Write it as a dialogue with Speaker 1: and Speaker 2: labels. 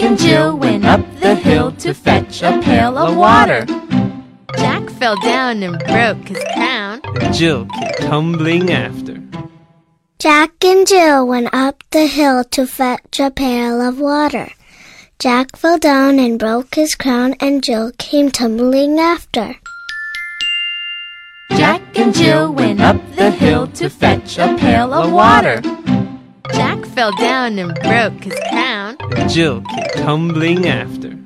Speaker 1: and Jill went up the hill to fetch a pail of water.
Speaker 2: Jack fell down and broke his crown.
Speaker 3: and Jill came tumbling after.
Speaker 4: Jack and Jill went up the hill to fetch a pail of water. Jack fell down and broke his crown, and Jill came tumbling after.
Speaker 1: Jack and Jill went up the hill to fetch a pail of water.
Speaker 2: Jack fell down and broke his crown.
Speaker 3: and Jill came tumbling after.